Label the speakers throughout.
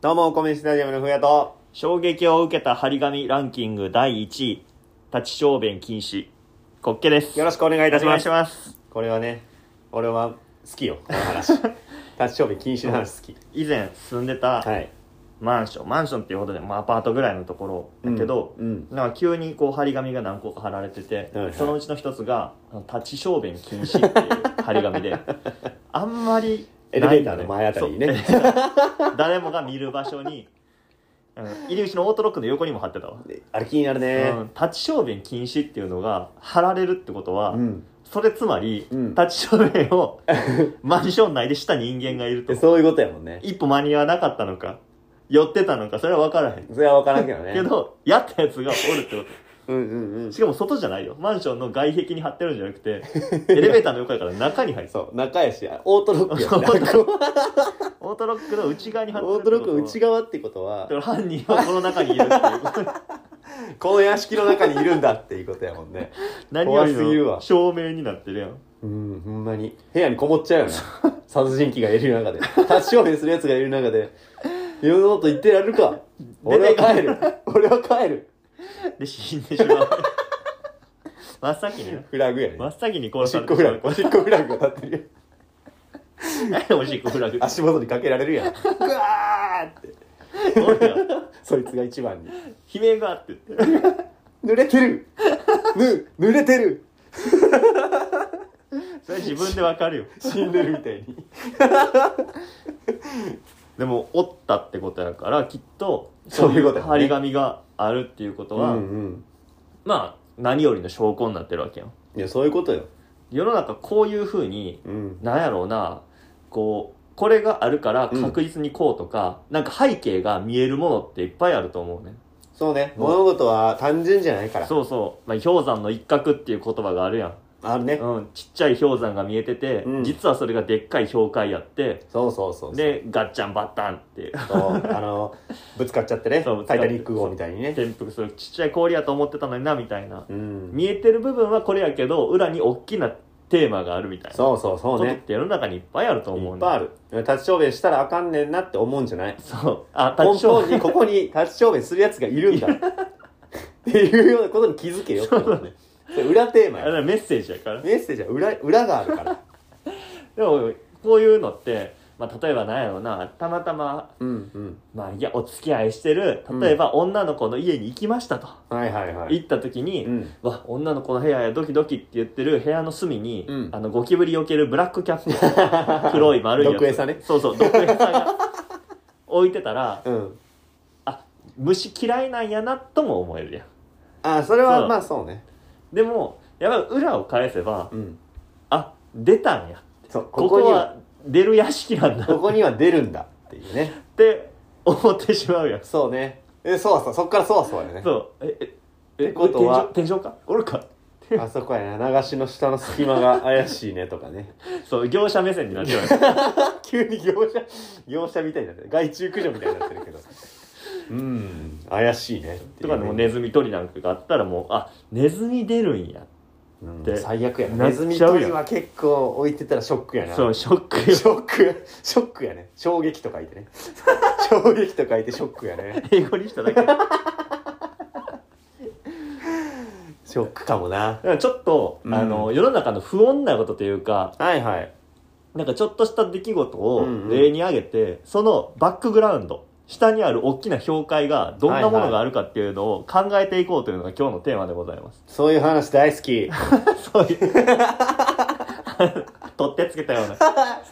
Speaker 1: どうも、お米スタジアムのふうやと。
Speaker 2: 衝撃を受けた張り紙ランキング第1位、立ち小便禁止、国家です。
Speaker 1: よろ
Speaker 2: し
Speaker 1: しくお願いいたし
Speaker 2: お願
Speaker 1: ま
Speaker 2: い
Speaker 1: す。
Speaker 2: します。
Speaker 1: これはね、俺は好きよ、この 話。立ち商品禁止の話好き。
Speaker 2: 以前住んでた
Speaker 1: はい。
Speaker 2: マンション、マンションっていうことで、まあ、アパートぐらいのところだけど、
Speaker 1: うん。
Speaker 2: なんか急にこう張り紙が何個か貼られてて、
Speaker 1: はいはい
Speaker 2: そのうちの一つが「立ち小便禁止」っていう張り紙 であんまり
Speaker 1: エレベーターの前あたりにね
Speaker 2: そう誰もが見る場所に、うん、入り口のオートロックの横にも貼ってたわ、
Speaker 1: であれ気になるね。
Speaker 2: うん、立ち小便禁止っていうのが貼られるってことは、
Speaker 1: うん。
Speaker 2: それつまり、
Speaker 1: うん
Speaker 2: 立ち小便 をマンション内でした人間がいる
Speaker 1: で
Speaker 2: と
Speaker 1: そういうことやもんね。
Speaker 2: 一歩間に合わなかったのか寄ってたのかそれは分からへん
Speaker 1: それは分からんけどね。
Speaker 2: けどやったやつがおるってこ
Speaker 1: うんうんうん
Speaker 2: と。しかも外じゃないよマンションの外壁に貼ってるんじゃなく てエレベーターの横やから中に入って
Speaker 1: そう、仲良しや。 オートロックやね。
Speaker 2: オートロックの内側に貼ってる
Speaker 1: オートロックの内
Speaker 2: 側
Speaker 1: 側ってこと は、
Speaker 2: 犯人はこの中にいるっていうこと
Speaker 1: この屋敷の中にいるんだっていうことやもんね。
Speaker 2: 何より
Speaker 1: 怖すぎる
Speaker 2: の
Speaker 1: わ
Speaker 2: 証明になってるやん
Speaker 1: うん、ほんまに。部屋にこもっちゃうよな。殺人鬼がいる中で。立ち証明する奴がいる中で、世のこと言ってられるか。俺は帰る。俺は帰る。
Speaker 2: で死んでしまう 真っ先にな
Speaker 1: フラグやね。
Speaker 2: 真
Speaker 1: お
Speaker 2: っ先に
Speaker 1: し
Speaker 2: 殺さ
Speaker 1: っ
Speaker 2: れて
Speaker 1: こフ
Speaker 2: しま
Speaker 1: ラ
Speaker 2: う
Speaker 1: グ。おしっこフラグが立ってるよ。
Speaker 2: 何 おしっこフラグ
Speaker 1: 足元にかけられるやん。ぐわーって。
Speaker 2: おるやん
Speaker 1: そいつが一番に。
Speaker 2: 悲鳴があって言って
Speaker 1: 濡れてるぬ、濡れてる
Speaker 2: それ自分でわかるよ
Speaker 1: 死んでるみたいに。
Speaker 2: でも折ったってことやからきっと
Speaker 1: そういうことやね
Speaker 2: 張り紙があるっていうこと
Speaker 1: う
Speaker 2: は、
Speaker 1: んうん。
Speaker 2: まあ何よりの証拠になってるわけよ
Speaker 1: いや、そういうことよ。
Speaker 2: 世の中こういうふうに
Speaker 1: うん。
Speaker 2: なんやろうなこうこれがあるから確実にこうとか、なんか背景が見えるものっていっぱいあると思うね
Speaker 1: そうね。物事は単純じゃないから。
Speaker 2: そうそう、まあ、氷山の一角っていう言葉があるやん、
Speaker 1: あるね。
Speaker 2: うん、ちっちゃい氷山が見えてて、
Speaker 1: うん
Speaker 2: 実はそれがでっかい氷塊やって
Speaker 1: そうそうそうそう。
Speaker 2: でガッチャンバッタンって
Speaker 1: そうあのぶつかっちゃってね
Speaker 2: そうぶつか
Speaker 1: タ
Speaker 2: っ
Speaker 1: イタニック号みたいにね
Speaker 2: 転覆するちっちゃい氷やと思ってたのになみたいな
Speaker 1: うん
Speaker 2: 見えてる部分はこれやけど裏に大きなテーマがあるみたいな
Speaker 1: そうそうそう
Speaker 2: ことっ
Speaker 1: ね
Speaker 2: て世の中にいっぱいあると
Speaker 1: い
Speaker 2: 思う
Speaker 1: っ
Speaker 2: ん
Speaker 1: ぱいある立ち証明したらあかんねんなって思うんじゃない
Speaker 2: そうあ
Speaker 1: 根
Speaker 2: 立ち小
Speaker 1: 本にここに立ち証明するやつがいるんだっていうようなことに気づけよってことねそれ裏テーマ
Speaker 2: あれ
Speaker 1: や
Speaker 2: はメッセージやから
Speaker 1: メッセージは裏裏があるから
Speaker 2: でもこういうのって、まあ、例えば何やろうなたまたま
Speaker 1: うんうん
Speaker 2: まあいやお付き合いしてる例えば女の子の家に行きましたと、
Speaker 1: はいはいはい
Speaker 2: 行った時に、
Speaker 1: うん
Speaker 2: わ女の子の部屋やドキドキって言ってる部屋の隅に、
Speaker 1: うん
Speaker 2: あのゴキブリよけるブラックキャッ プ黒い丸いやつ
Speaker 1: 毒餌ね
Speaker 2: そうそう毒餌が置いてたら
Speaker 1: うん
Speaker 2: あ虫嫌いなんやなとも思えるや
Speaker 1: あそれ
Speaker 2: そ
Speaker 1: は
Speaker 2: う
Speaker 1: まあそうね
Speaker 2: んでもやっぱり裏を返せば
Speaker 1: うん
Speaker 2: あ出たんや
Speaker 1: そう
Speaker 2: こ
Speaker 1: ここ
Speaker 2: こ
Speaker 1: には
Speaker 2: は出る屋敷なんだ
Speaker 1: こ
Speaker 2: っ
Speaker 1: こには出るんだっていうね
Speaker 2: て思ってしまうやん
Speaker 1: そうねえそうそうそっからそうそうやね
Speaker 2: そうえええ
Speaker 1: ってことは
Speaker 2: 天井天井かおるか
Speaker 1: あそこやな流しの下の隙間が怪しいねとかね
Speaker 2: そう業者目線になっちゃう
Speaker 1: 急に業者業者みたいになってる害虫駆除みたいになってる けどうん怪しいねってい
Speaker 2: と
Speaker 1: う
Speaker 2: かでもネズミ取りなんかがあったらもうあネズミ出るんや
Speaker 1: うん
Speaker 2: て
Speaker 1: 最悪やな
Speaker 2: なっ
Speaker 1: ネ
Speaker 2: ちゃ
Speaker 1: ズミ
Speaker 2: うやん
Speaker 1: 取りは結構置いてたらショックやな
Speaker 2: そうショック よ
Speaker 1: ショックショックやね衝撃と書いてね 衝撃と書いてショックやね
Speaker 2: 英語にし ただけだか
Speaker 1: ショックかもな
Speaker 2: らちょっと、
Speaker 1: うん
Speaker 2: あの世の中の不穏なことというか
Speaker 1: はいはい
Speaker 2: なんかちょっとした出来事
Speaker 1: うんう
Speaker 2: を
Speaker 1: ん
Speaker 2: 例に挙げて、そのバックグラウンド下にある大きな氷塊がどんなものがあるかっていうのを考えていこうというのが今日のテーマでござ います。
Speaker 1: そういう話大好 き
Speaker 2: そういう。取ってつけ たような。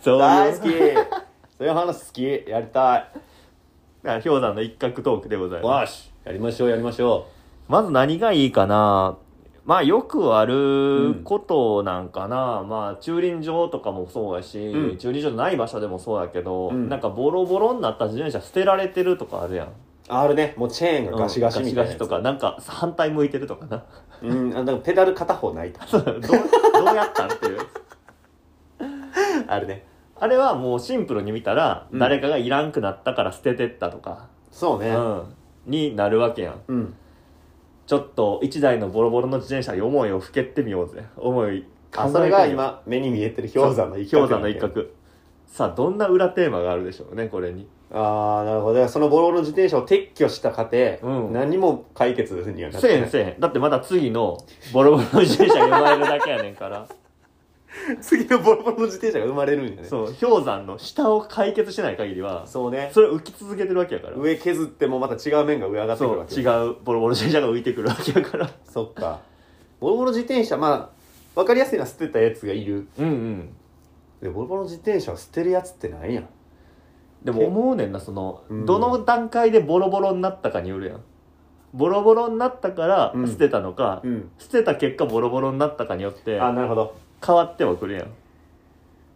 Speaker 2: そうい
Speaker 1: 大
Speaker 2: う。
Speaker 1: 好きそういう話好きやりたい
Speaker 2: だから氷山の一角トークでございます。
Speaker 1: よしやりましょうやりましょ
Speaker 2: まず何がいいかなまあよくあることなんかな、まあ駐輪場とかもそうやし、
Speaker 1: うん
Speaker 2: 駐輪場ない場所でもそうやけど、
Speaker 1: うん
Speaker 2: なんかボロボロになった自転車捨てられてるとかあるやん。
Speaker 1: うあるねもうチェーンがガシガシみたいなやつ、
Speaker 2: とかなんか反対向いてるとかな
Speaker 1: うん、あなんかペダル片方ない と
Speaker 2: どうどうやったんっていう
Speaker 1: あるね
Speaker 2: あれはもうシンプルに見たら、
Speaker 1: うん
Speaker 2: 誰かがいらんくなったから捨ててったとか、
Speaker 1: そうね
Speaker 2: うん、になるわけやん
Speaker 1: うん
Speaker 2: ちょっと一台のボロボロの自転車に思いをふけってみようぜ思い
Speaker 1: あそれが
Speaker 2: 考えてみよ
Speaker 1: 今目に見えてる氷山の
Speaker 2: う
Speaker 1: 一角
Speaker 2: 氷山の一角さあどんな裏テーマがあるでしょうねこれに
Speaker 1: ああなるほどだからそのボロボロの自転車を撤去した過程、
Speaker 2: うん
Speaker 1: 何も解決にはなって
Speaker 2: せえへ
Speaker 1: なん
Speaker 2: せえへんだってまた次のボロボロの自転車が生まれるだけやねんか
Speaker 1: い
Speaker 2: ら
Speaker 1: 次のボロボロの自転車が生まれるんやねそう
Speaker 2: そう氷山の下を解決しない限りは
Speaker 1: ね
Speaker 2: それを浮き続けてるわけやから
Speaker 1: 上削ってもまた違う面が上上がってく
Speaker 2: そ
Speaker 1: る
Speaker 2: う
Speaker 1: わけ
Speaker 2: 違うボロボロ自転車が浮いてくるわけやから
Speaker 1: そっかボロボロ自転車まあ分かりやすいのは捨てたやつがいる
Speaker 2: うんうん
Speaker 1: でボロボロの自転車を捨てるやつってないやん
Speaker 2: でも思うねんなその、
Speaker 1: うん
Speaker 2: どの段階でボロボロになったかによるやんボロボロになったから
Speaker 1: うん
Speaker 2: 捨てたのか、
Speaker 1: うん
Speaker 2: 捨てた結果ボロボロになったかによって
Speaker 1: あなるほど
Speaker 2: 変わってはくるやん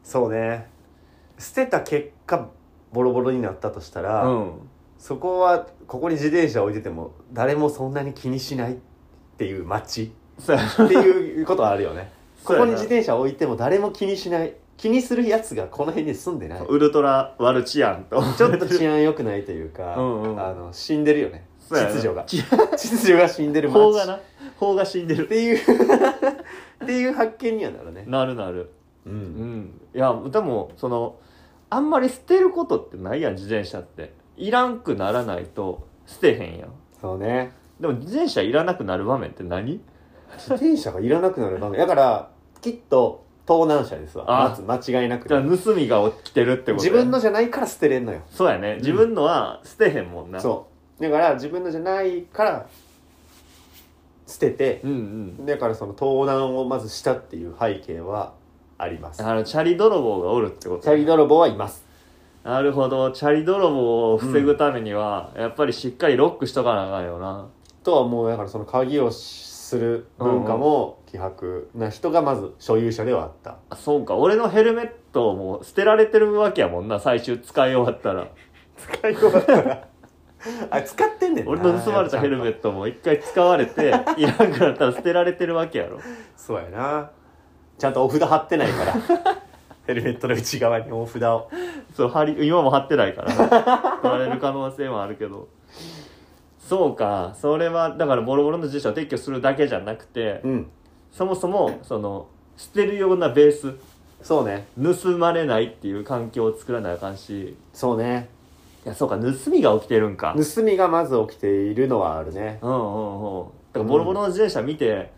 Speaker 1: そうね捨てた結果ボロボロになったとしたら、
Speaker 2: うん
Speaker 1: そこはここに自転車置いてても誰もそんなに気にしないっていう街
Speaker 2: そうや
Speaker 1: っていうことはあるよね
Speaker 2: そ
Speaker 1: こ
Speaker 2: う
Speaker 1: こ
Speaker 2: やな
Speaker 1: に自転車置いても誰も気にしない気にするやつがこの辺に住んでない
Speaker 2: ウルトラワルチアンと
Speaker 1: ちょっと 治安良くないというか
Speaker 2: うんうん
Speaker 1: あの死んでるよね
Speaker 2: そうやな
Speaker 1: 秩序が秩序が死んでる
Speaker 2: 法
Speaker 1: 街
Speaker 2: がな法が死んで
Speaker 1: っ
Speaker 2: る
Speaker 1: ていう っていう発見にはなるね、
Speaker 2: なるなる
Speaker 1: う、
Speaker 2: うんんいやでもそのあんまり捨てることってないやん自転車っていらんくならないと捨てへんやん
Speaker 1: そうね
Speaker 2: でも自転車いらなくなる場面って何
Speaker 1: 自転車がいらなくなる場面だからきっと盗難車ですわ
Speaker 2: あ
Speaker 1: まず間違いなく
Speaker 2: じゃあ盗みが起きてるってこと
Speaker 1: 自
Speaker 2: や
Speaker 1: 分のじゃないから捨てれんのよ
Speaker 2: そうやね自分のは捨てへんもんな
Speaker 1: そうだから自分のじゃないから捨てて
Speaker 2: うんうん
Speaker 1: だからその盗難をまずしたっていう背景はあります
Speaker 2: あのチャリ泥棒がおるってこと
Speaker 1: チャリ泥棒はいます
Speaker 2: なるほどチャリ泥棒を防ぐためには、やっぱりしっかりロックしとかなあかんよな
Speaker 1: とはもうだからその鍵をする文化も希薄な人がまず所有者ではあった
Speaker 2: あそうか俺のヘルメットも捨てられてるわけやもんな最終使い終わったら
Speaker 1: 使い終わったら あ使ってんねんな
Speaker 2: 俺の盗まれたヘルメットも一回使われ ていらんくなったら捨てられてるわけやろ
Speaker 1: そうやなちゃんとお札貼ってないからヘルメットの内側にお札を
Speaker 2: そう貼り今も貼ってないから な取られる可能性もあるけどそうかそれはだからボロボロの自社を撤去するだけじゃなくて
Speaker 1: うん
Speaker 2: そもそもその捨てるようなベース
Speaker 1: そうね
Speaker 2: 盗まれないっていう環境を作らなあかんし
Speaker 1: そうね
Speaker 2: いやそうか盗みが起きてるんか
Speaker 1: 盗みがまず起きているのはあるね
Speaker 2: うんうんうんだからボロボロの自転車見て、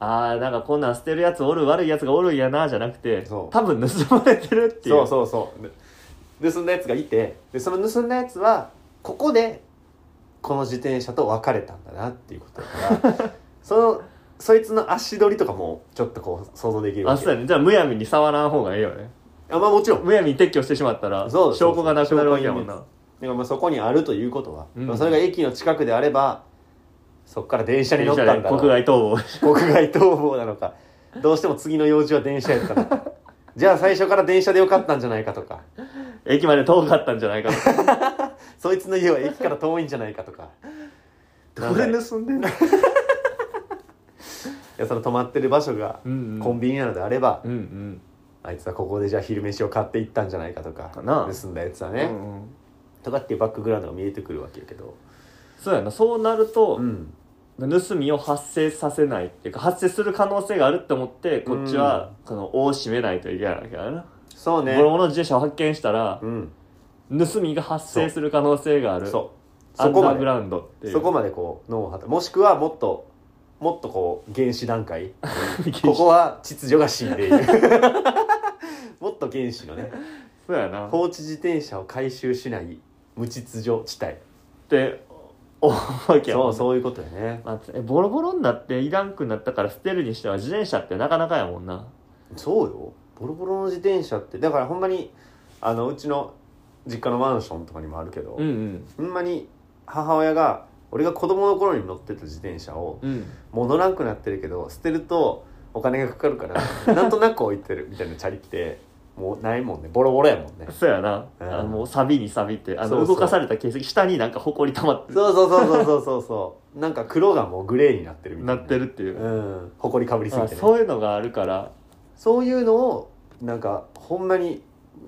Speaker 2: ああなんかこんなん捨てるやつおる悪いやつがおるんやなじゃなくて
Speaker 1: そ
Speaker 2: 多
Speaker 1: う
Speaker 2: 分盗まれてるっていう
Speaker 1: そうそうそうで盗んだやつがいてでその盗んだやつはここでこの自転車と別れたんだなっていうことだからそのそいつの足取りとかもちょっとこう想像できるわ
Speaker 2: あ
Speaker 1: け
Speaker 2: そうやねじゃあむやみに触らん方がいいよね
Speaker 1: あまあもちろんだか
Speaker 2: むやみに撤去してしまったら
Speaker 1: そうそうそう
Speaker 2: 証拠がなくなるわけやもんな
Speaker 1: らまあそこにあるということは、
Speaker 2: うん
Speaker 1: まあそれが駅の近くであればそこから電車に乗ったんだろう
Speaker 2: 国外逃亡
Speaker 1: 国外逃亡なのかどうしても次の用事は電車やったの かじゃあ最初から電車でよかったんじゃないかとか
Speaker 2: 駅まで遠かったんじゃないかとか
Speaker 1: そいつの家は駅から遠いんじゃないかとか
Speaker 2: どれ
Speaker 1: 盗んでん のいやその泊まってる場所が
Speaker 2: うんうん
Speaker 1: コンビニなのであれば、
Speaker 2: うんうん
Speaker 1: あいつはここでじゃあ昼飯を買っていったんじゃないかとか
Speaker 2: かな
Speaker 1: 盗んだやつは
Speaker 2: う
Speaker 1: ね、
Speaker 2: んうん
Speaker 1: とかっていうバックグラウンドが見えてくるわけやけど、
Speaker 2: そうやなそうなると、
Speaker 1: ん、
Speaker 2: 盗みを発生させないっていうか発生する可能性があるって思ってこっちは、その尾を締めないといけないわけだな、
Speaker 1: そうね
Speaker 2: ボロボロの自転車を発見したら
Speaker 1: う、ん
Speaker 2: 盗みが発生する可能性がある
Speaker 1: そう
Speaker 2: ア
Speaker 1: そ
Speaker 2: ンダ
Speaker 1: こま
Speaker 2: ーグ
Speaker 1: で
Speaker 2: ラウンドっていう
Speaker 1: そこまでこう脳を張ったもしくはもっともっとこう原始段 階こ
Speaker 2: ここ
Speaker 1: こは秩序が死んでい るもっと原始のね
Speaker 2: そうやなっ
Speaker 1: 放置自転車を回収しない無秩序地帯
Speaker 2: て思うわけや
Speaker 1: そ
Speaker 2: もん
Speaker 1: うそういうことよね
Speaker 2: まあえボロボロになっていらんくなったから捨てるにしては自転車ってなかなかやもんな
Speaker 1: そうよボロボロの自転車ってだからほんまにあのうちの実家のマンションとかにもあるけど、
Speaker 2: うんうん
Speaker 1: ほんまに母親が俺が子供の頃に乗ってた自転車を
Speaker 2: うん
Speaker 1: もう乗らんくなってるけど捨てるとお金がかかるから なんとなく置いてるみたいなチャリってもうないもんねボロボロやもんね
Speaker 2: そうやな、
Speaker 1: うん
Speaker 2: あのもうサビにサビってあの
Speaker 1: そうそう
Speaker 2: 動かされた形跡下になんか埃溜まって
Speaker 1: そうそうそうそうそうそう そうなんか黒がもうグレーになってるみた
Speaker 2: ない
Speaker 1: な
Speaker 2: ってるっていう、
Speaker 1: うん埃かぶりすぎ
Speaker 2: あ
Speaker 1: てね
Speaker 2: そういうのがあるから
Speaker 1: そういうのをなんかほんまに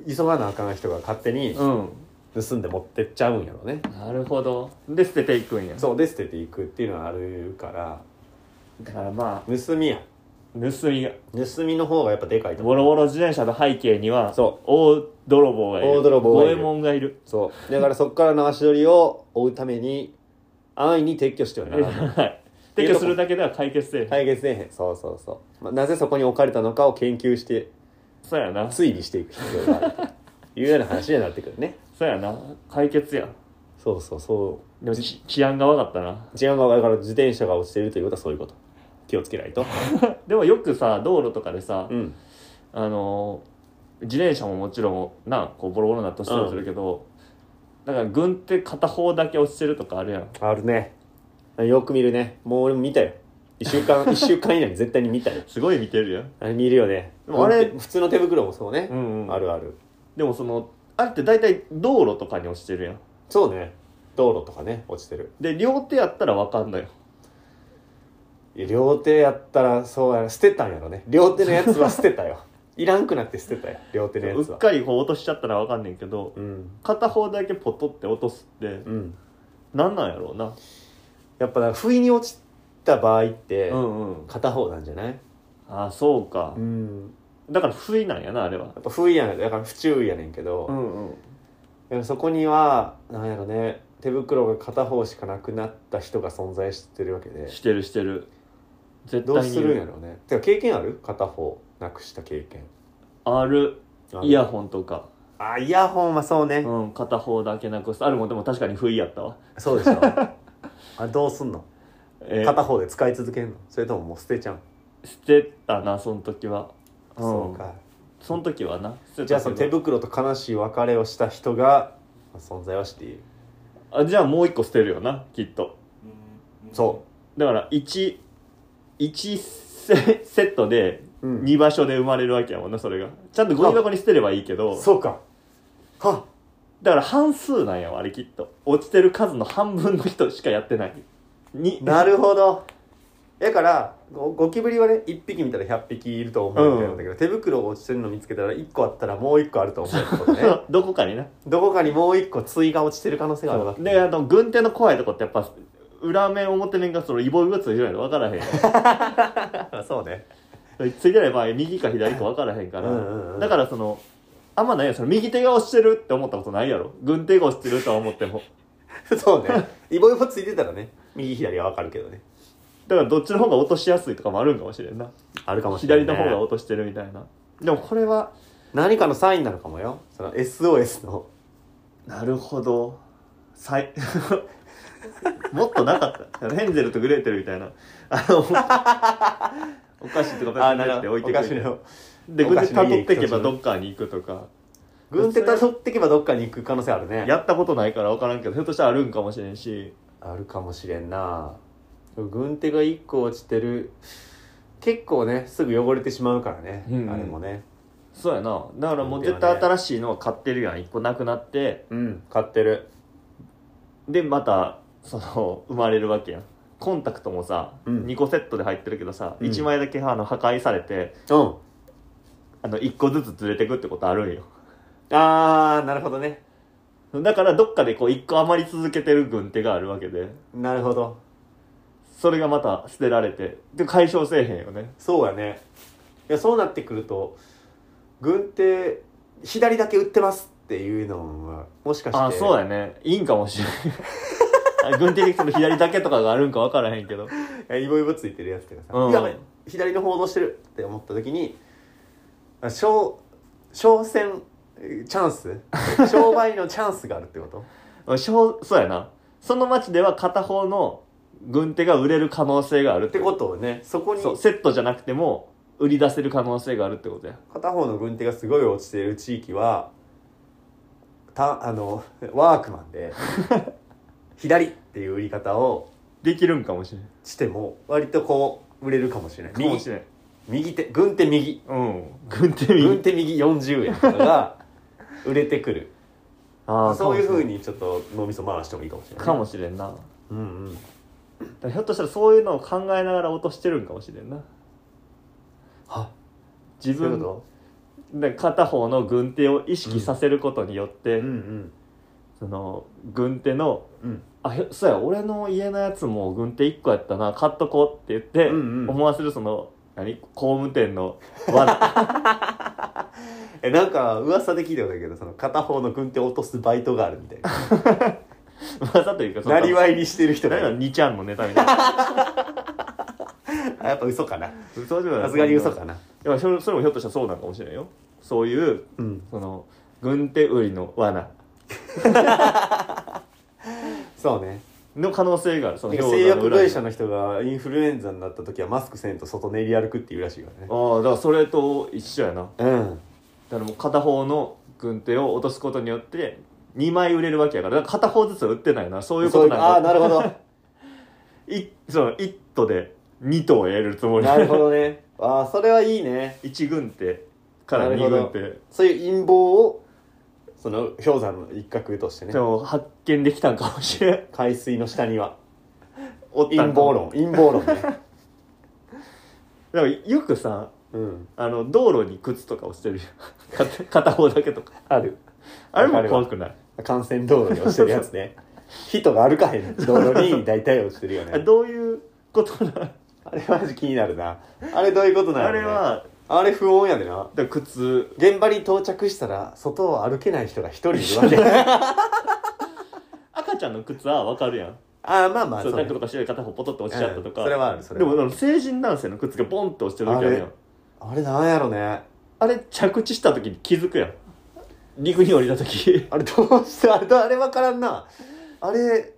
Speaker 1: 急がなあかん人が勝手に
Speaker 2: うん
Speaker 1: 盗んで持ってっちゃうんやろね、
Speaker 2: なるほどで捨てていくんや
Speaker 1: そうで捨てていくっていうのはあるから
Speaker 2: だからまあ
Speaker 1: 盗みや
Speaker 2: 盗みが
Speaker 1: 盗みの方がやっぱでかいと思
Speaker 2: ボ
Speaker 1: う
Speaker 2: ロボロ自転車の背景には
Speaker 1: そ
Speaker 2: 大泥棒がいる
Speaker 1: 大泥棒がいる
Speaker 2: 五右衛門がいる
Speaker 1: そうだからそこからの足取りを追うために安易に撤去してはならない
Speaker 2: はい撤去するだけでは解決せえへん、
Speaker 1: 解決せえへんそうそうそう、まあ、なぜそこに置かれたのかを研究して
Speaker 2: そうやな
Speaker 1: 推理していく必要があるというような話になってくるね
Speaker 2: そうやな解決や
Speaker 1: そうそうそ
Speaker 2: でもち治安が悪かったな
Speaker 1: う治安がだから自転車が落ちてるということはそういうこと気をつけないと
Speaker 2: でもよくさ道路とかでさ、
Speaker 1: うん
Speaker 2: あのー自転車ももちろんなこうボロボロになったりするけど、だから軍手片方だけ落ちてるとかあるやん
Speaker 1: あるねよく見るねもう俺も見たよ1週 間一週間以内に絶対に見たよ
Speaker 2: すごい見てるやん
Speaker 1: あれ見るよね
Speaker 2: でも
Speaker 1: あ
Speaker 2: あれ
Speaker 1: れ普通の手袋もそうね
Speaker 2: う、ん、うん、
Speaker 1: あるある
Speaker 2: でもそのあれって大体道路とかに落ちてるやん
Speaker 1: そうね道路とかね落ちてる
Speaker 2: で両手やったら分かんないよ
Speaker 1: いや両手やったらそうやな捨てたんやろね両手のやつは捨てた よいらんくなって捨てたよ両手のや
Speaker 2: う
Speaker 1: つは
Speaker 2: っかりこう落としちゃったら分かんねんけど
Speaker 1: うん
Speaker 2: 片方だけポトって落とすって
Speaker 1: うん
Speaker 2: なんなんやろうな
Speaker 1: やっぱなんか不意に落ちた場合って
Speaker 2: うんうん
Speaker 1: 片方なんじゃない
Speaker 2: ああそうか
Speaker 1: ん
Speaker 2: だから不意なんやなあれは
Speaker 1: やっぱ不意やねんだから不注意やねんけど、
Speaker 2: んうん
Speaker 1: でもそこにはなんやろね手袋が片方しかなくなった人が存在してるわけで
Speaker 2: してるしてる絶
Speaker 1: どう
Speaker 2: 対に
Speaker 1: す
Speaker 2: い
Speaker 1: るんやろねてか経験ある片方なくした経験
Speaker 2: ある
Speaker 1: ある
Speaker 2: イヤホンとか、
Speaker 1: あイヤホンはそうね、
Speaker 2: うん、片方だけなくすあるもんでも確かに不意やったわ、
Speaker 1: そうでしょ あどうすんの
Speaker 2: えー
Speaker 1: 片方で使い続けんのそれとももう捨てちゃう
Speaker 2: 捨てたなその時は、ん
Speaker 1: そうか
Speaker 2: その時はな捨てたけど
Speaker 1: じゃあその手袋と悲しい別れをした人がまあ存在はしている
Speaker 2: あじゃあもう一個捨てるよなきっと
Speaker 1: そ
Speaker 2: だから1一セセットで
Speaker 1: う、うん
Speaker 2: 2場所で生まれるわけやもんなそれがちゃんとゴミ箱に捨てればいいけど
Speaker 1: そうかは
Speaker 2: だから半数なんやわあれきっと落ちてる数の半分の人しかやってないに
Speaker 1: なるほど だからゴゴキブリはね1匹見たら100匹いると思うみたいなんだけど、手袋落ちてるの見つけたら1個あったらもう1個あると思うってことね
Speaker 2: どこかにな
Speaker 1: どこかにもう1個対が落ちてる可能性があるわけ
Speaker 2: であの軍手の怖いとこってやっぱ裏面表面がそのイボイボついてないの分からへん
Speaker 1: そうね
Speaker 2: ついてない場合右か左か分からへんから
Speaker 1: うんうんうん
Speaker 2: だからそのあんまないよその右手が押してるって思ったことないやろ軍手が押してるとは思っても
Speaker 1: そうねイボイボついてたらね右左は分かるけどね
Speaker 2: だからどっちの方が落としやすいとかもあるんかもしれんな
Speaker 1: あるかもしれな
Speaker 2: 左
Speaker 1: い、
Speaker 2: の方が落としてるみたいなでもこれは
Speaker 1: 何かのサインなのかもよその SOS の
Speaker 2: なるほどさい もっとなかったヘンゼルとグレーテルみたいなあ のお菓子とかペンペンって置いてくれてで、
Speaker 1: お
Speaker 2: 軍
Speaker 1: 菓
Speaker 2: 手
Speaker 1: 子の
Speaker 2: たど
Speaker 1: 家
Speaker 2: ってい
Speaker 1: 行く途
Speaker 2: けば
Speaker 1: 中
Speaker 2: どっかに行くとか、
Speaker 1: 軍手たどってけばどっかに行く可能性あるね
Speaker 2: やったことないから分からんけど、ひょっとしたらあるんかもしれんし、
Speaker 1: あるかもしれんな軍手が1個落ちてる結構ねすぐ汚れてしまうからね、
Speaker 2: うんうん
Speaker 1: あれもね
Speaker 2: そうやな。だからもう
Speaker 1: 軍手
Speaker 2: 絶
Speaker 1: はね
Speaker 2: 対新しいのは買ってるやん。一個なくなって、
Speaker 1: うん買ってる
Speaker 2: で、また、その、生まれるわけやん。コンタクトもさ、
Speaker 1: うん
Speaker 2: 2個セットで入ってるけどさ、
Speaker 1: うん
Speaker 2: 1枚だけあの破壊されて、
Speaker 1: うん
Speaker 2: あの、1個ずつずれてくってことあるんよ。
Speaker 1: あーなるほどね
Speaker 2: だからどっかでこう1個余り続けてる軍手があるわけで、
Speaker 1: なるほど
Speaker 2: それがまた捨てられて、で、解消せえへんよね。
Speaker 1: そうやねいやそうなってくると軍手左だけ売ってますっていうのはもしかして
Speaker 2: あそうやねいいんかもしれ ない軍手にその左だけとかがあるんか分からへんけど
Speaker 1: いやイボイボついてるやつとかさ、
Speaker 2: うん
Speaker 1: やばい左の方を押してるって思った時にあ商商戦えーチャン ス商売のチャンスがあるってこと
Speaker 2: しょうそうやなその町では片方の軍手が売れる可能性があるっ
Speaker 1: って
Speaker 2: て
Speaker 1: こ
Speaker 2: こと
Speaker 1: をねそこに
Speaker 2: そうセットじゃなくても売り出せる可能性があるってことや
Speaker 1: 片方の軍手がすごい落ちている地域はたあのワークマン で左っていう売り方を
Speaker 2: できるんかもしれん
Speaker 1: しても割とこう売れるかもしれない
Speaker 2: かも
Speaker 1: 右
Speaker 2: しれん
Speaker 1: 右手軍手右
Speaker 2: うん軍手
Speaker 1: 軍
Speaker 2: に
Speaker 1: 手右40円とかが売れてくる
Speaker 2: あー
Speaker 1: そういうふう
Speaker 2: に
Speaker 1: にちょっと脳みそ回してもいいかもしれないね。
Speaker 2: かもしれんな
Speaker 1: うんうん。
Speaker 2: だからひょっとしたらそういうのを考えながら落としてるんかもしれんな
Speaker 1: は
Speaker 2: 自
Speaker 1: そういう
Speaker 2: 分
Speaker 1: こ
Speaker 2: で片方の軍手を意識させることによって、
Speaker 1: とん
Speaker 2: その軍手の
Speaker 1: うん。うん。
Speaker 2: あへそうや俺の家のやつも軍手1個やったな買っとこうって言って、
Speaker 1: うんうん
Speaker 2: 思わせるその何工務店の 罠
Speaker 1: えなんか噂で聞いたことあるけどその片方の軍手を落とすバイトがあるみたいな
Speaker 2: 技というかその
Speaker 1: なりわいにしてる人がい
Speaker 2: 何
Speaker 1: る
Speaker 2: の2ちゃんのネタみたいな
Speaker 1: あやっぱ嘘かな
Speaker 2: 嘘じゃない
Speaker 1: さすがに嘘かない
Speaker 2: やそれそれもひょっとしたらそうなんかもしれないよそういう
Speaker 1: うん
Speaker 2: その軍手売りの罠
Speaker 1: そうね
Speaker 2: の可能性があるその
Speaker 1: なんか製薬会社
Speaker 2: の
Speaker 1: の人がインフルエンザになった時はマスクせんと外練り歩くっていうらしいからね
Speaker 2: ああだからそれと一緒やなだか
Speaker 1: うん
Speaker 2: らもう片方の軍手を落とすことによって2枚売れるわけやからだから片方ずつは売ってないなそういうことなん
Speaker 1: ああー
Speaker 2: だ
Speaker 1: なるほど
Speaker 2: いその1頭で2頭を得るつもり
Speaker 1: なるほどねああそれはいいね
Speaker 2: 1軍手から
Speaker 1: なるほど
Speaker 2: 2軍手
Speaker 1: そういう陰謀をその氷山の一角としてね
Speaker 2: でも発見できたんかもしれん
Speaker 1: 海水の下には
Speaker 2: おった
Speaker 1: 陰
Speaker 2: んかも
Speaker 1: 謀論陰謀論ね
Speaker 2: だからよくさ
Speaker 1: うん
Speaker 2: あの道路に靴とか落ちてるや ん片片方だけとか
Speaker 1: ある
Speaker 2: あれも怖くない
Speaker 1: 幹線道路に落ちてるやつね人が歩かへん道路に大体落ちてるよ
Speaker 2: あ
Speaker 1: ね
Speaker 2: どういうことなの
Speaker 1: あれマジ気になるなあれどういうことなの、
Speaker 2: あれは
Speaker 1: あれ不穏やでな
Speaker 2: だから靴
Speaker 1: 現場に到着したら外を歩けない人が一人いるわけ
Speaker 2: 赤ちゃんの靴はわかるやん
Speaker 1: ああまあまあ
Speaker 2: そう
Speaker 1: そう
Speaker 2: タン
Speaker 1: ね
Speaker 2: クとか白い片方ポトッと落ちちゃったとか、
Speaker 1: うんそれはあるそれ
Speaker 2: で
Speaker 1: はあ
Speaker 2: も
Speaker 1: る
Speaker 2: でも成人男性の靴がボンって落ちてる時あるやんあ
Speaker 1: あ
Speaker 2: れ
Speaker 1: れあれなんやろね
Speaker 2: 着地した時に気づくやん陸に降りた時
Speaker 1: あれどうしてあれあれ分からんなあれ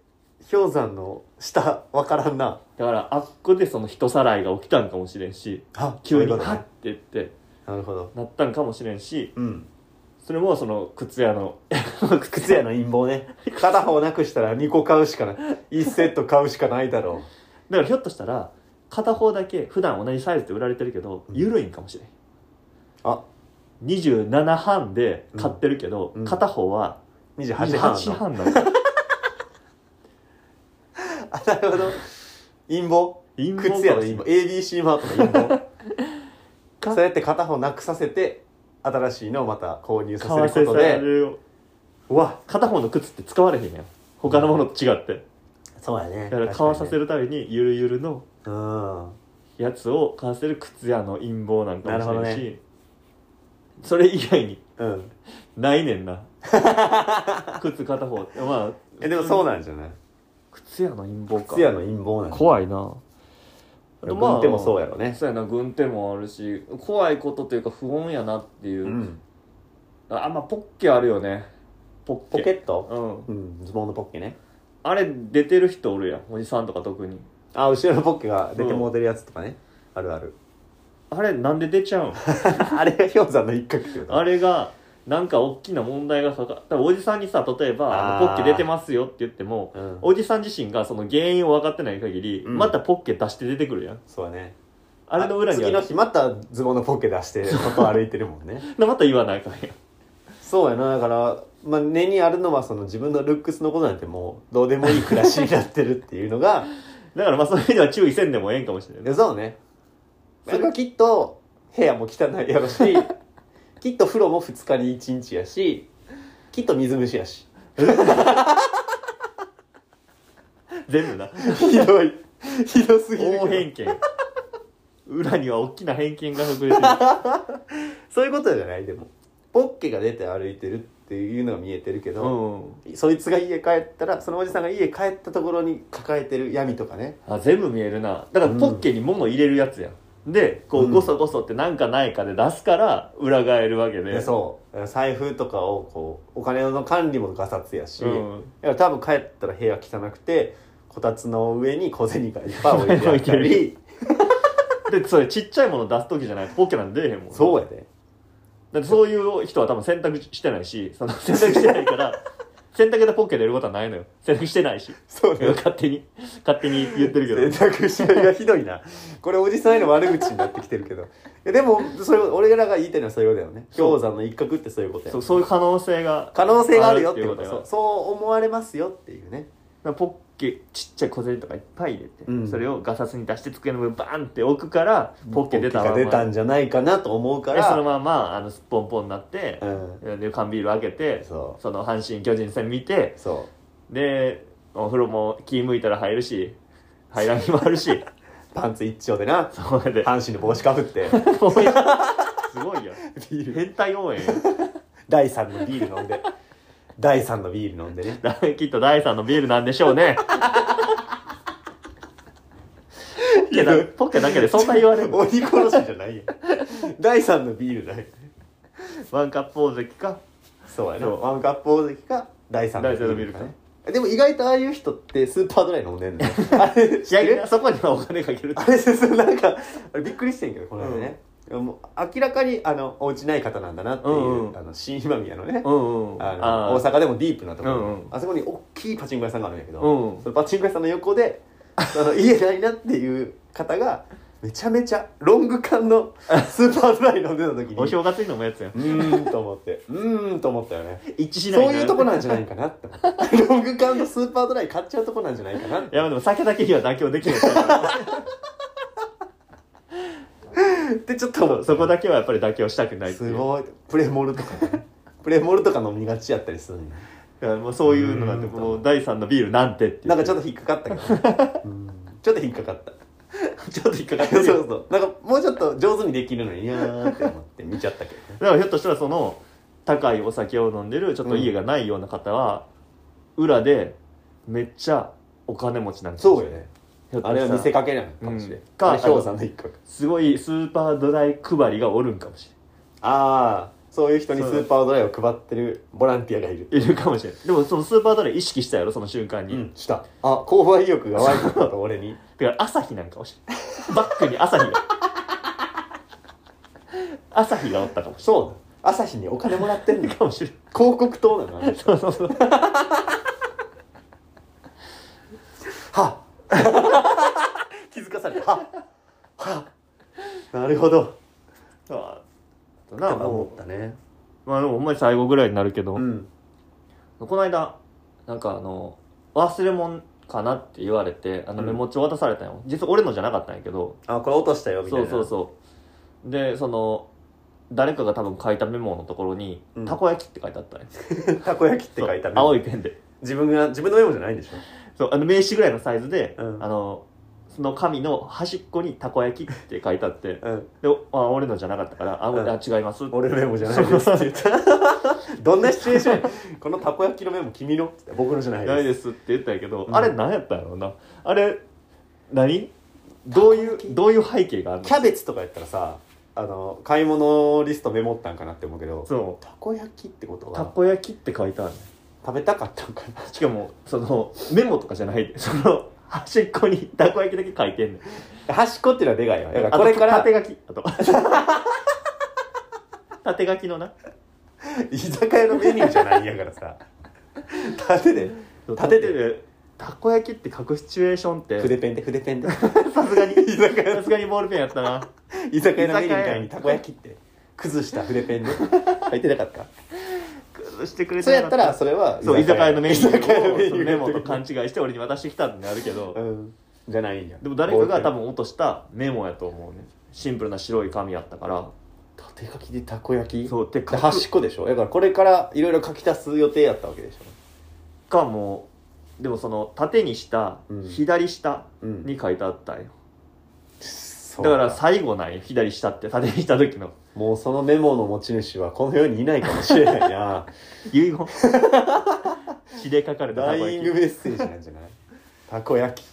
Speaker 1: 氷山の下分からんな
Speaker 2: だからあっこでその人さらいが起きたんかもしれんし
Speaker 1: あ
Speaker 2: 急に
Speaker 1: そ
Speaker 2: ハ
Speaker 1: ういうこと
Speaker 2: ッ
Speaker 1: ね
Speaker 2: て言って
Speaker 1: なるほど
Speaker 2: なったんかもしれんし
Speaker 1: うん
Speaker 2: それもその靴屋 の
Speaker 1: 靴屋の陰謀ね片方なくしたら2個買うしかない1セット買うしかないだろ
Speaker 2: だからひょっとしたら片方だけ普段同じサイズで売られてるけど
Speaker 1: うん
Speaker 2: 緩いんかもしれん
Speaker 1: うあ
Speaker 2: 27半で買ってるけど、
Speaker 1: うんうん
Speaker 2: 片方は
Speaker 1: 28半
Speaker 2: 28
Speaker 1: の
Speaker 2: 半なの
Speaker 1: あなるほど陰謀
Speaker 2: 陰謀かも
Speaker 1: 靴
Speaker 2: しれ
Speaker 1: 屋
Speaker 2: ん
Speaker 1: の陰謀 ABC マートの陰謀
Speaker 2: か
Speaker 1: そうやって片方なくさせて新しいのをまた購入さ
Speaker 2: 買わ
Speaker 1: せ
Speaker 2: せ
Speaker 1: る
Speaker 2: さ
Speaker 1: こと
Speaker 2: れ
Speaker 1: で
Speaker 2: るよ
Speaker 1: うわ
Speaker 2: 片方の靴って使われへんやん他のものと違って
Speaker 1: そうやね
Speaker 2: だから買わさせ
Speaker 1: る
Speaker 2: るためにゆるゆるの
Speaker 1: うん
Speaker 2: やつを買わせる靴屋の陰謀なんかもし
Speaker 1: な
Speaker 2: れ
Speaker 1: る
Speaker 2: ん
Speaker 1: ほ
Speaker 2: し、
Speaker 1: ど
Speaker 2: それ以外に
Speaker 1: うん
Speaker 2: ないねん な靴片方まあ
Speaker 1: えでもそうなんじゃない
Speaker 2: 靴屋の陰謀か
Speaker 1: 靴屋の陰謀なん
Speaker 2: 怖いな
Speaker 1: で軍手もそうやろね
Speaker 2: そうやな軍手もあるし怖いことというか不穏やなっていう、
Speaker 1: うん
Speaker 2: あまあポッケあるよねポッ
Speaker 1: ポ
Speaker 2: ケ
Speaker 1: ケット
Speaker 2: うん
Speaker 1: うんズボンのポッケね
Speaker 2: あれ出てる人おるやんおじさんとか特に
Speaker 1: あ後ろのポッケが出てもうてるやつとかねあるある
Speaker 2: あれなんで出ちゃうん
Speaker 1: あれが氷山の一角っていう
Speaker 2: あ
Speaker 1: れ
Speaker 2: れがなんか大きな問題がかかったおじさんにさ例えばあの
Speaker 1: あー
Speaker 2: ポッケ出てますよって言っても
Speaker 1: うん
Speaker 2: おじさん自身がその原因を分かってない限り、
Speaker 1: うん
Speaker 2: またポッケ出して出てくるやん
Speaker 1: そうだね
Speaker 2: あれの裏には
Speaker 1: 次の日またズボンのポッケ出して外歩いてるもんね
Speaker 2: また言わないかんやん
Speaker 1: そうやなだから、まあ、根にあるのはその自分のルックスのことなんてもうどうでもいい暮らしになってるっていうのが
Speaker 2: だからまあそういうのは注意せんでもええんかもしれない
Speaker 1: そうねそれはきっと部屋も汚いやろし きっと風呂も2日に1日やしきっと水虫やし
Speaker 2: 全部な
Speaker 1: ひどいひどすぎるけど
Speaker 2: 大偏 見裏には大きな偏見が隠れてる
Speaker 1: そういうことじゃないでもポッケが出て歩いてるっていうのが見えてるけど、
Speaker 2: うん
Speaker 1: そいつが家帰ったらそのおじさんが家帰ったところに抱えてる闇とかね
Speaker 2: あ全部見えるなだからポッケに物入れるやつやん、でこ
Speaker 1: う
Speaker 2: うんゴソゴソってなんかないかで出すから裏返るわけで、
Speaker 1: でそう財布とかをこうお金の管理もガサツやし、
Speaker 2: うん
Speaker 1: だから多分帰ったら部屋汚くてこたつの上に小銭がいっぱい置いてあった
Speaker 2: 置いて
Speaker 1: り
Speaker 2: でそれちっちゃいもの出す時じゃないとポッケなんて出えへんもん
Speaker 1: そうやで
Speaker 2: だってそういう人は多分選択してないしその選択してな いから選択でポッケ出ることはないのよ選択してないし
Speaker 1: そうね
Speaker 2: 勝手に勝手に言ってる
Speaker 1: 選
Speaker 2: けど
Speaker 1: 択肢がひどいなこれおじさんへの悪口になってきてるけどいやでもそれ俺らが言いたいのはそういうことだよね
Speaker 2: そう
Speaker 1: 氷山の一角ってそういうことや
Speaker 2: そうそういう可能性が
Speaker 1: 可能性があるよっていうこと
Speaker 2: あるっていうこと
Speaker 1: そ
Speaker 2: よ
Speaker 1: うそう思われますよっていうね
Speaker 2: だからポッケちっちゃい小銭とかいっぱい入れて、
Speaker 1: うん
Speaker 2: それをガサスに出して机の上にバーンって置くからポッケ出た
Speaker 1: が
Speaker 2: まま
Speaker 1: 出たんじゃないかなと思うか
Speaker 2: でその
Speaker 1: ら
Speaker 2: ままあのすっぽんぽんになって
Speaker 1: う、ん
Speaker 2: で缶ビール開けて
Speaker 1: そう
Speaker 2: の阪神・巨人戦見て
Speaker 1: そ
Speaker 2: でお風呂も気向いたら入るし入らん日もあるし
Speaker 1: うパンツ一丁でな
Speaker 2: そうやで
Speaker 1: 阪神の帽子かぶって
Speaker 2: すごいよ
Speaker 1: ビール
Speaker 2: 変態応援よ
Speaker 1: 第3のビール飲んで第3のビール飲んでね
Speaker 2: きっと第3のビールなんでしょうねポケだポケだけでそんな言われる
Speaker 1: 鬼殺しじゃないよ第3のビールだよ
Speaker 2: ワンカップ大関か
Speaker 1: そうやな
Speaker 2: そう
Speaker 1: ワンカップ大関か第3のビ
Speaker 2: 第三のビ
Speaker 1: ール
Speaker 2: ール
Speaker 1: か
Speaker 2: か
Speaker 1: ねでも意外とああいう人ってスーパードライ飲んでんのよあれ
Speaker 2: いやいやそこにはお金かける
Speaker 1: あれそうなんかあれびっくりしてんけどこの間ね、もう明らかにあのお家ない方なんだなっていう、
Speaker 2: うんうん
Speaker 1: あの新今宮のね、
Speaker 2: うんうん
Speaker 1: あの
Speaker 2: あ
Speaker 1: 大
Speaker 2: ー
Speaker 1: 阪でもディープなところ、
Speaker 2: うんうん
Speaker 1: あそこに大きいパチンコ屋さんがあるんやけど、
Speaker 2: うん
Speaker 1: そのパチンコ屋さんの横でその家ないなっていう方がめちゃめちゃロング缶 のスーパードライ飲んでた時に
Speaker 2: お正月に飲むやつやん
Speaker 1: うーんと思ってうーんと思ったよね
Speaker 2: 一致しない
Speaker 1: そういうとこなんじゃないいかなって思 ってロング缶のスーパードライ買っちゃうとこなんじゃないかなって
Speaker 2: やでも酒だけには妥協できないから
Speaker 1: でちょっと思っ
Speaker 2: そ
Speaker 1: た
Speaker 2: うそこだけはやっぱり妥協したくないってい
Speaker 1: す
Speaker 2: う
Speaker 1: ごいプレモルとかねプレモルとか飲みがちやったりするんや
Speaker 2: いやもうそういうのなんてもう第3のビールなんてって
Speaker 1: なんかちょ
Speaker 2: っ
Speaker 1: っと引っかかったけど ねうんちょっと引っかかった
Speaker 2: とちょっと引っかかって
Speaker 1: そう
Speaker 2: る
Speaker 1: そ
Speaker 2: よ
Speaker 1: うなんかもうちょっと上手にできるのにいやーって思って見ちゃったけどね
Speaker 2: だからひょっとしたらその高いお酒を飲んでるちょっと家がないような方は、裏でめっちゃお金持ちなん
Speaker 1: そうよね
Speaker 2: ひょっと
Speaker 1: あ
Speaker 2: した
Speaker 1: れ
Speaker 2: ら
Speaker 1: は見せかけないのかもしれん、
Speaker 2: うん
Speaker 1: か
Speaker 2: か
Speaker 1: あれ氷山の一角
Speaker 2: すごいスーパードライ配りがおるんかもし
Speaker 1: ああそういう人にス
Speaker 2: そう
Speaker 1: ーパードライを配ってるボランティアがいる
Speaker 2: れんいるかもしれんでもそのスーパードライ意識したやろその瞬間に、
Speaker 1: うんしたあ購買意欲が湧いてたと俺に
Speaker 2: だから朝日なんかもしれんバックに朝日が朝日がおったかもし
Speaker 1: そうなの朝日にお金もらってん
Speaker 2: れ
Speaker 1: の
Speaker 2: ん
Speaker 1: 広
Speaker 2: かもしれん
Speaker 1: 告塔なのあの人
Speaker 2: そうそうそう
Speaker 1: はっ 気づかされたはっはっなるほど
Speaker 2: あと
Speaker 1: な
Speaker 2: な
Speaker 1: 思
Speaker 2: も
Speaker 1: ったね
Speaker 2: うまあでもほんまに最後ぐらいになるけど、
Speaker 1: ん
Speaker 2: この間なんかあの忘れ物かなって言われてあの
Speaker 1: うん
Speaker 2: メモ帳渡されたんよ、実は俺のじゃなかったんやけど
Speaker 1: あこれ落としたよみたい
Speaker 2: そ
Speaker 1: な
Speaker 2: うそうそうでその誰かが多分書いたメモのところに「
Speaker 1: うん
Speaker 2: たこ焼き」って書いてあったね
Speaker 1: うたこ焼きって書いた
Speaker 2: そう
Speaker 1: ね
Speaker 2: 青いペンで
Speaker 1: 自分が自分のメモじゃないんでしょ
Speaker 2: そうあの名刺ぐらいのサイズで、
Speaker 1: うん
Speaker 2: あのその紙の端っこに「たこ焼き」って書いてあって
Speaker 1: うん
Speaker 2: であ俺のじゃなかったから「あ,、
Speaker 1: うん
Speaker 2: あ違います」って
Speaker 1: 俺のメモじゃないですって言った どんなシチュエーションこのたこ焼きのメモ君のって僕のじゃない
Speaker 2: ない
Speaker 1: です
Speaker 2: ですって言ったんやけど、
Speaker 1: うん
Speaker 2: あれ何やったんやろうなあれ何どういうどういう背景があるの
Speaker 1: キャベツとかやったらさあの買い物リストメモったんかなって思うけど
Speaker 2: そ
Speaker 1: たこ焼きってこと
Speaker 2: うた
Speaker 1: は
Speaker 2: こ焼きって書いてあるね
Speaker 1: 食べたかったんかな
Speaker 2: しかもそのメモとかじゃないでその端っこにたこ焼きだけ書いてんね
Speaker 1: 端っこっていうのはでかいよだから
Speaker 2: ん
Speaker 1: これから
Speaker 2: あと縦書きあと縦書きのな
Speaker 1: 居酒屋のメニューじゃないんやから さ縦で縦で
Speaker 2: たこ焼きって書くシチュエーションって
Speaker 1: 筆ペンで筆ペン で
Speaker 2: さすがに
Speaker 1: 居酒屋
Speaker 2: さすがにボールペンやったな
Speaker 1: 居酒屋のメニューみたいにたこ焼きって崩した筆ペン で書いてなかった
Speaker 2: 崩してくれて
Speaker 1: そう
Speaker 2: な
Speaker 1: や
Speaker 2: か
Speaker 1: ったらそれは
Speaker 2: そう居酒屋のメニュ
Speaker 1: 居酒屋のメニ
Speaker 2: ー
Speaker 1: ュ
Speaker 2: を
Speaker 1: ー
Speaker 2: メモと勘違いして俺に渡してきたってなるけど
Speaker 1: うんじゃないんや
Speaker 2: でも誰かが多分落としたメモやと思うねシンプルな白い紙やったから
Speaker 1: 縦書きでたこ焼き
Speaker 2: そうって
Speaker 1: で端っこでしょだからこれからいろいろ書き足す予定やったわけでし
Speaker 2: かもでもその縦にした
Speaker 1: うん
Speaker 2: 左下
Speaker 1: ょうん
Speaker 2: に書いてあったんよ、
Speaker 1: そう
Speaker 2: だから最後なんよ左下って縦にした時の
Speaker 1: もうそのメモの持ち主はこの世にいないかもしれ ないな
Speaker 2: 遺 言血で書かれた
Speaker 1: ダ
Speaker 2: たこ
Speaker 1: イイ
Speaker 2: 焼
Speaker 1: ン
Speaker 2: き
Speaker 1: グメッセージなんじゃ ないたこ焼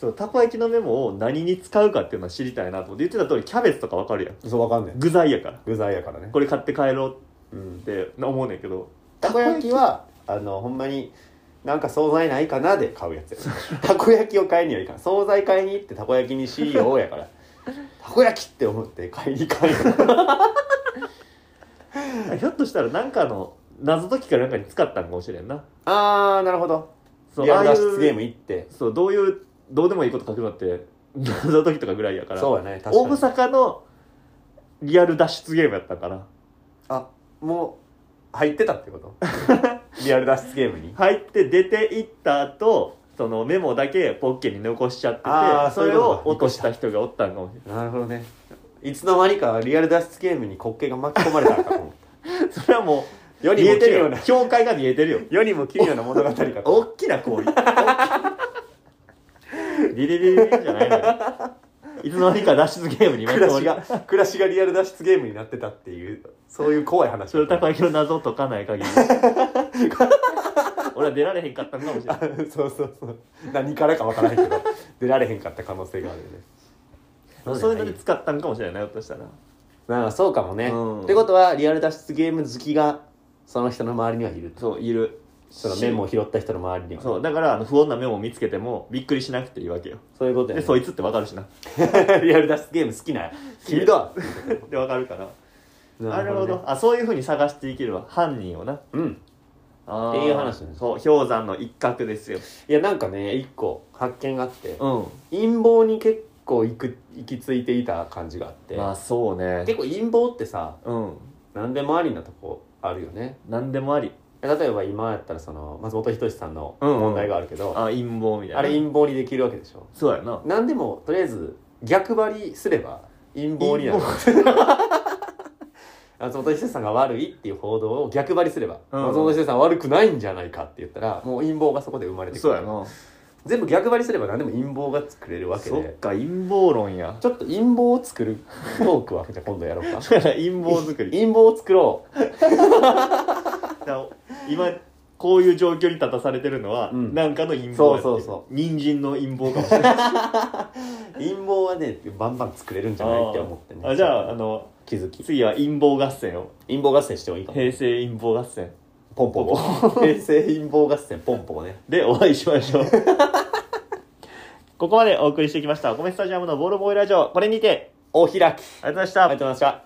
Speaker 2: そうたこ焼きのメモを何に使うかっていうのは知りたいなと思って言ってた通りキャベツとかわかるやん
Speaker 1: きそうわかんない
Speaker 2: 具材やから
Speaker 1: 具材やからね
Speaker 2: これ買って帰ろ
Speaker 1: う
Speaker 2: うんって思うねんけど
Speaker 1: たこ焼きはあのほんまになんか惣菜ないかなで買うや つやたこ焼きを買いにはいかん惣菜買いに行ってたこ焼きにしようや からたこ焼きって思って買いに行かんよ
Speaker 2: ひょっとしたらなんかの謎解きかなんかに使ったんかもしれんな
Speaker 1: あーなるほど
Speaker 2: そう
Speaker 1: リアル
Speaker 2: ああ
Speaker 1: 脱
Speaker 2: いう
Speaker 1: 出ゲーム行って
Speaker 2: そうどういうどうでもいいこと書くのって謎解きとかぐらいやから
Speaker 1: そうやね確
Speaker 2: 大
Speaker 1: かに
Speaker 2: 阪のリアル脱出ゲームやったから
Speaker 1: あもう入ってたってこと リアル脱出ゲームに
Speaker 2: 入って出て行った後そのメモだけポッケに残しちゃって
Speaker 1: あー
Speaker 2: てそ
Speaker 1: そ
Speaker 2: れ
Speaker 1: ういうこ
Speaker 2: を
Speaker 1: とか
Speaker 2: 落とした人がおったんかもし
Speaker 1: なるほどねいつの間にかリアル脱出ゲームに滑稽が巻き込まれたのかも
Speaker 2: れんそれはも
Speaker 1: 世
Speaker 2: う
Speaker 1: に
Speaker 2: 見
Speaker 1: も
Speaker 2: えて
Speaker 1: 奇
Speaker 2: る
Speaker 1: 妙
Speaker 2: よ
Speaker 1: な
Speaker 2: 境界が見えてるよ
Speaker 1: 世にも奇妙な物語かと
Speaker 2: 大きな行為ビリビリビリじゃないのよいつの間にか脱出ゲームに
Speaker 1: 暮らしが 暮らしがリアル脱出ゲームになってたっていうそういう怖い話
Speaker 2: それ高木の謎解かない限り俺は出られへんかったのかもしれ
Speaker 1: あ
Speaker 2: ない
Speaker 1: そうそうそう何からかわからないけ ど出られへんかった可能性があるよね
Speaker 2: そういうので使ったんかもしれないひょっとしたら
Speaker 1: なんかそうかもね、
Speaker 2: うん
Speaker 1: ってことはリアル脱出ゲーム好きがその人の周りにはいると
Speaker 2: そういる
Speaker 1: そのメモを拾った人の周りには
Speaker 2: そうだからあの不穏なメモを見つけてもびっくりしなくていいわけよ
Speaker 1: そういうことや、
Speaker 2: で
Speaker 1: ね、
Speaker 2: そいつってわかるしな
Speaker 1: リアル脱出ゲーム好きな君だ
Speaker 2: でわかるからなるほ
Speaker 1: ね
Speaker 2: どあそういうふうに探していけるわ犯人をな
Speaker 1: うん
Speaker 2: っ
Speaker 1: っていう話ね
Speaker 2: そう氷山の一角ですよ
Speaker 1: いやなんかね一個発見があって
Speaker 2: う
Speaker 1: 陰謀に結構いく行き着いていた感じがあって、
Speaker 2: まあそうね
Speaker 1: 結構陰謀ってさ
Speaker 2: うん
Speaker 1: 何でもありなとこあるよね
Speaker 2: 何でもあり
Speaker 1: 例えば今やったらその松本人志さんの
Speaker 2: うんうん
Speaker 1: 問題があるけど、
Speaker 2: あ陰謀みたいな
Speaker 1: あれ陰謀にできるわけでしょ
Speaker 2: そうやな
Speaker 1: 何でもとりあえず逆張りすれば陰謀になる
Speaker 2: 陰
Speaker 1: 松本人志さんが悪いっていう報道を逆張りすれば、
Speaker 2: うん
Speaker 1: 松本人志さん悪くないんじゃないかって言ったらもう陰謀がそこで生まれてく
Speaker 2: そう
Speaker 1: る
Speaker 2: やな
Speaker 1: 全部逆張りすれば何でも陰謀が作れるわけ
Speaker 2: そっ
Speaker 1: で
Speaker 2: か陰謀論や
Speaker 1: ちょっと陰謀を作るトークはじゃあ今度やろうか
Speaker 2: だから 陰謀作り
Speaker 1: 陰謀を作ろう
Speaker 2: だから今こういう状況に立たされてるのは、
Speaker 1: うん
Speaker 2: なんかの陰謀やってい
Speaker 1: そうそうそう
Speaker 2: 人参の陰謀かもしれない
Speaker 1: 陰謀はねバンバン作れるんじゃないって思って ね
Speaker 2: あじゃああの
Speaker 1: 気づき
Speaker 2: 次は陰謀合戦を
Speaker 1: 陰謀合戦してもいいかも
Speaker 2: 平成陰謀合戦
Speaker 1: ポンポコ平成陰謀合戦ポンポコね
Speaker 2: でお会いしま しょうここまでお送りしてきましたお米スタジアムのボールボーイラジオこれにて
Speaker 1: お開きありがと
Speaker 2: ありがとうございました
Speaker 1: うございました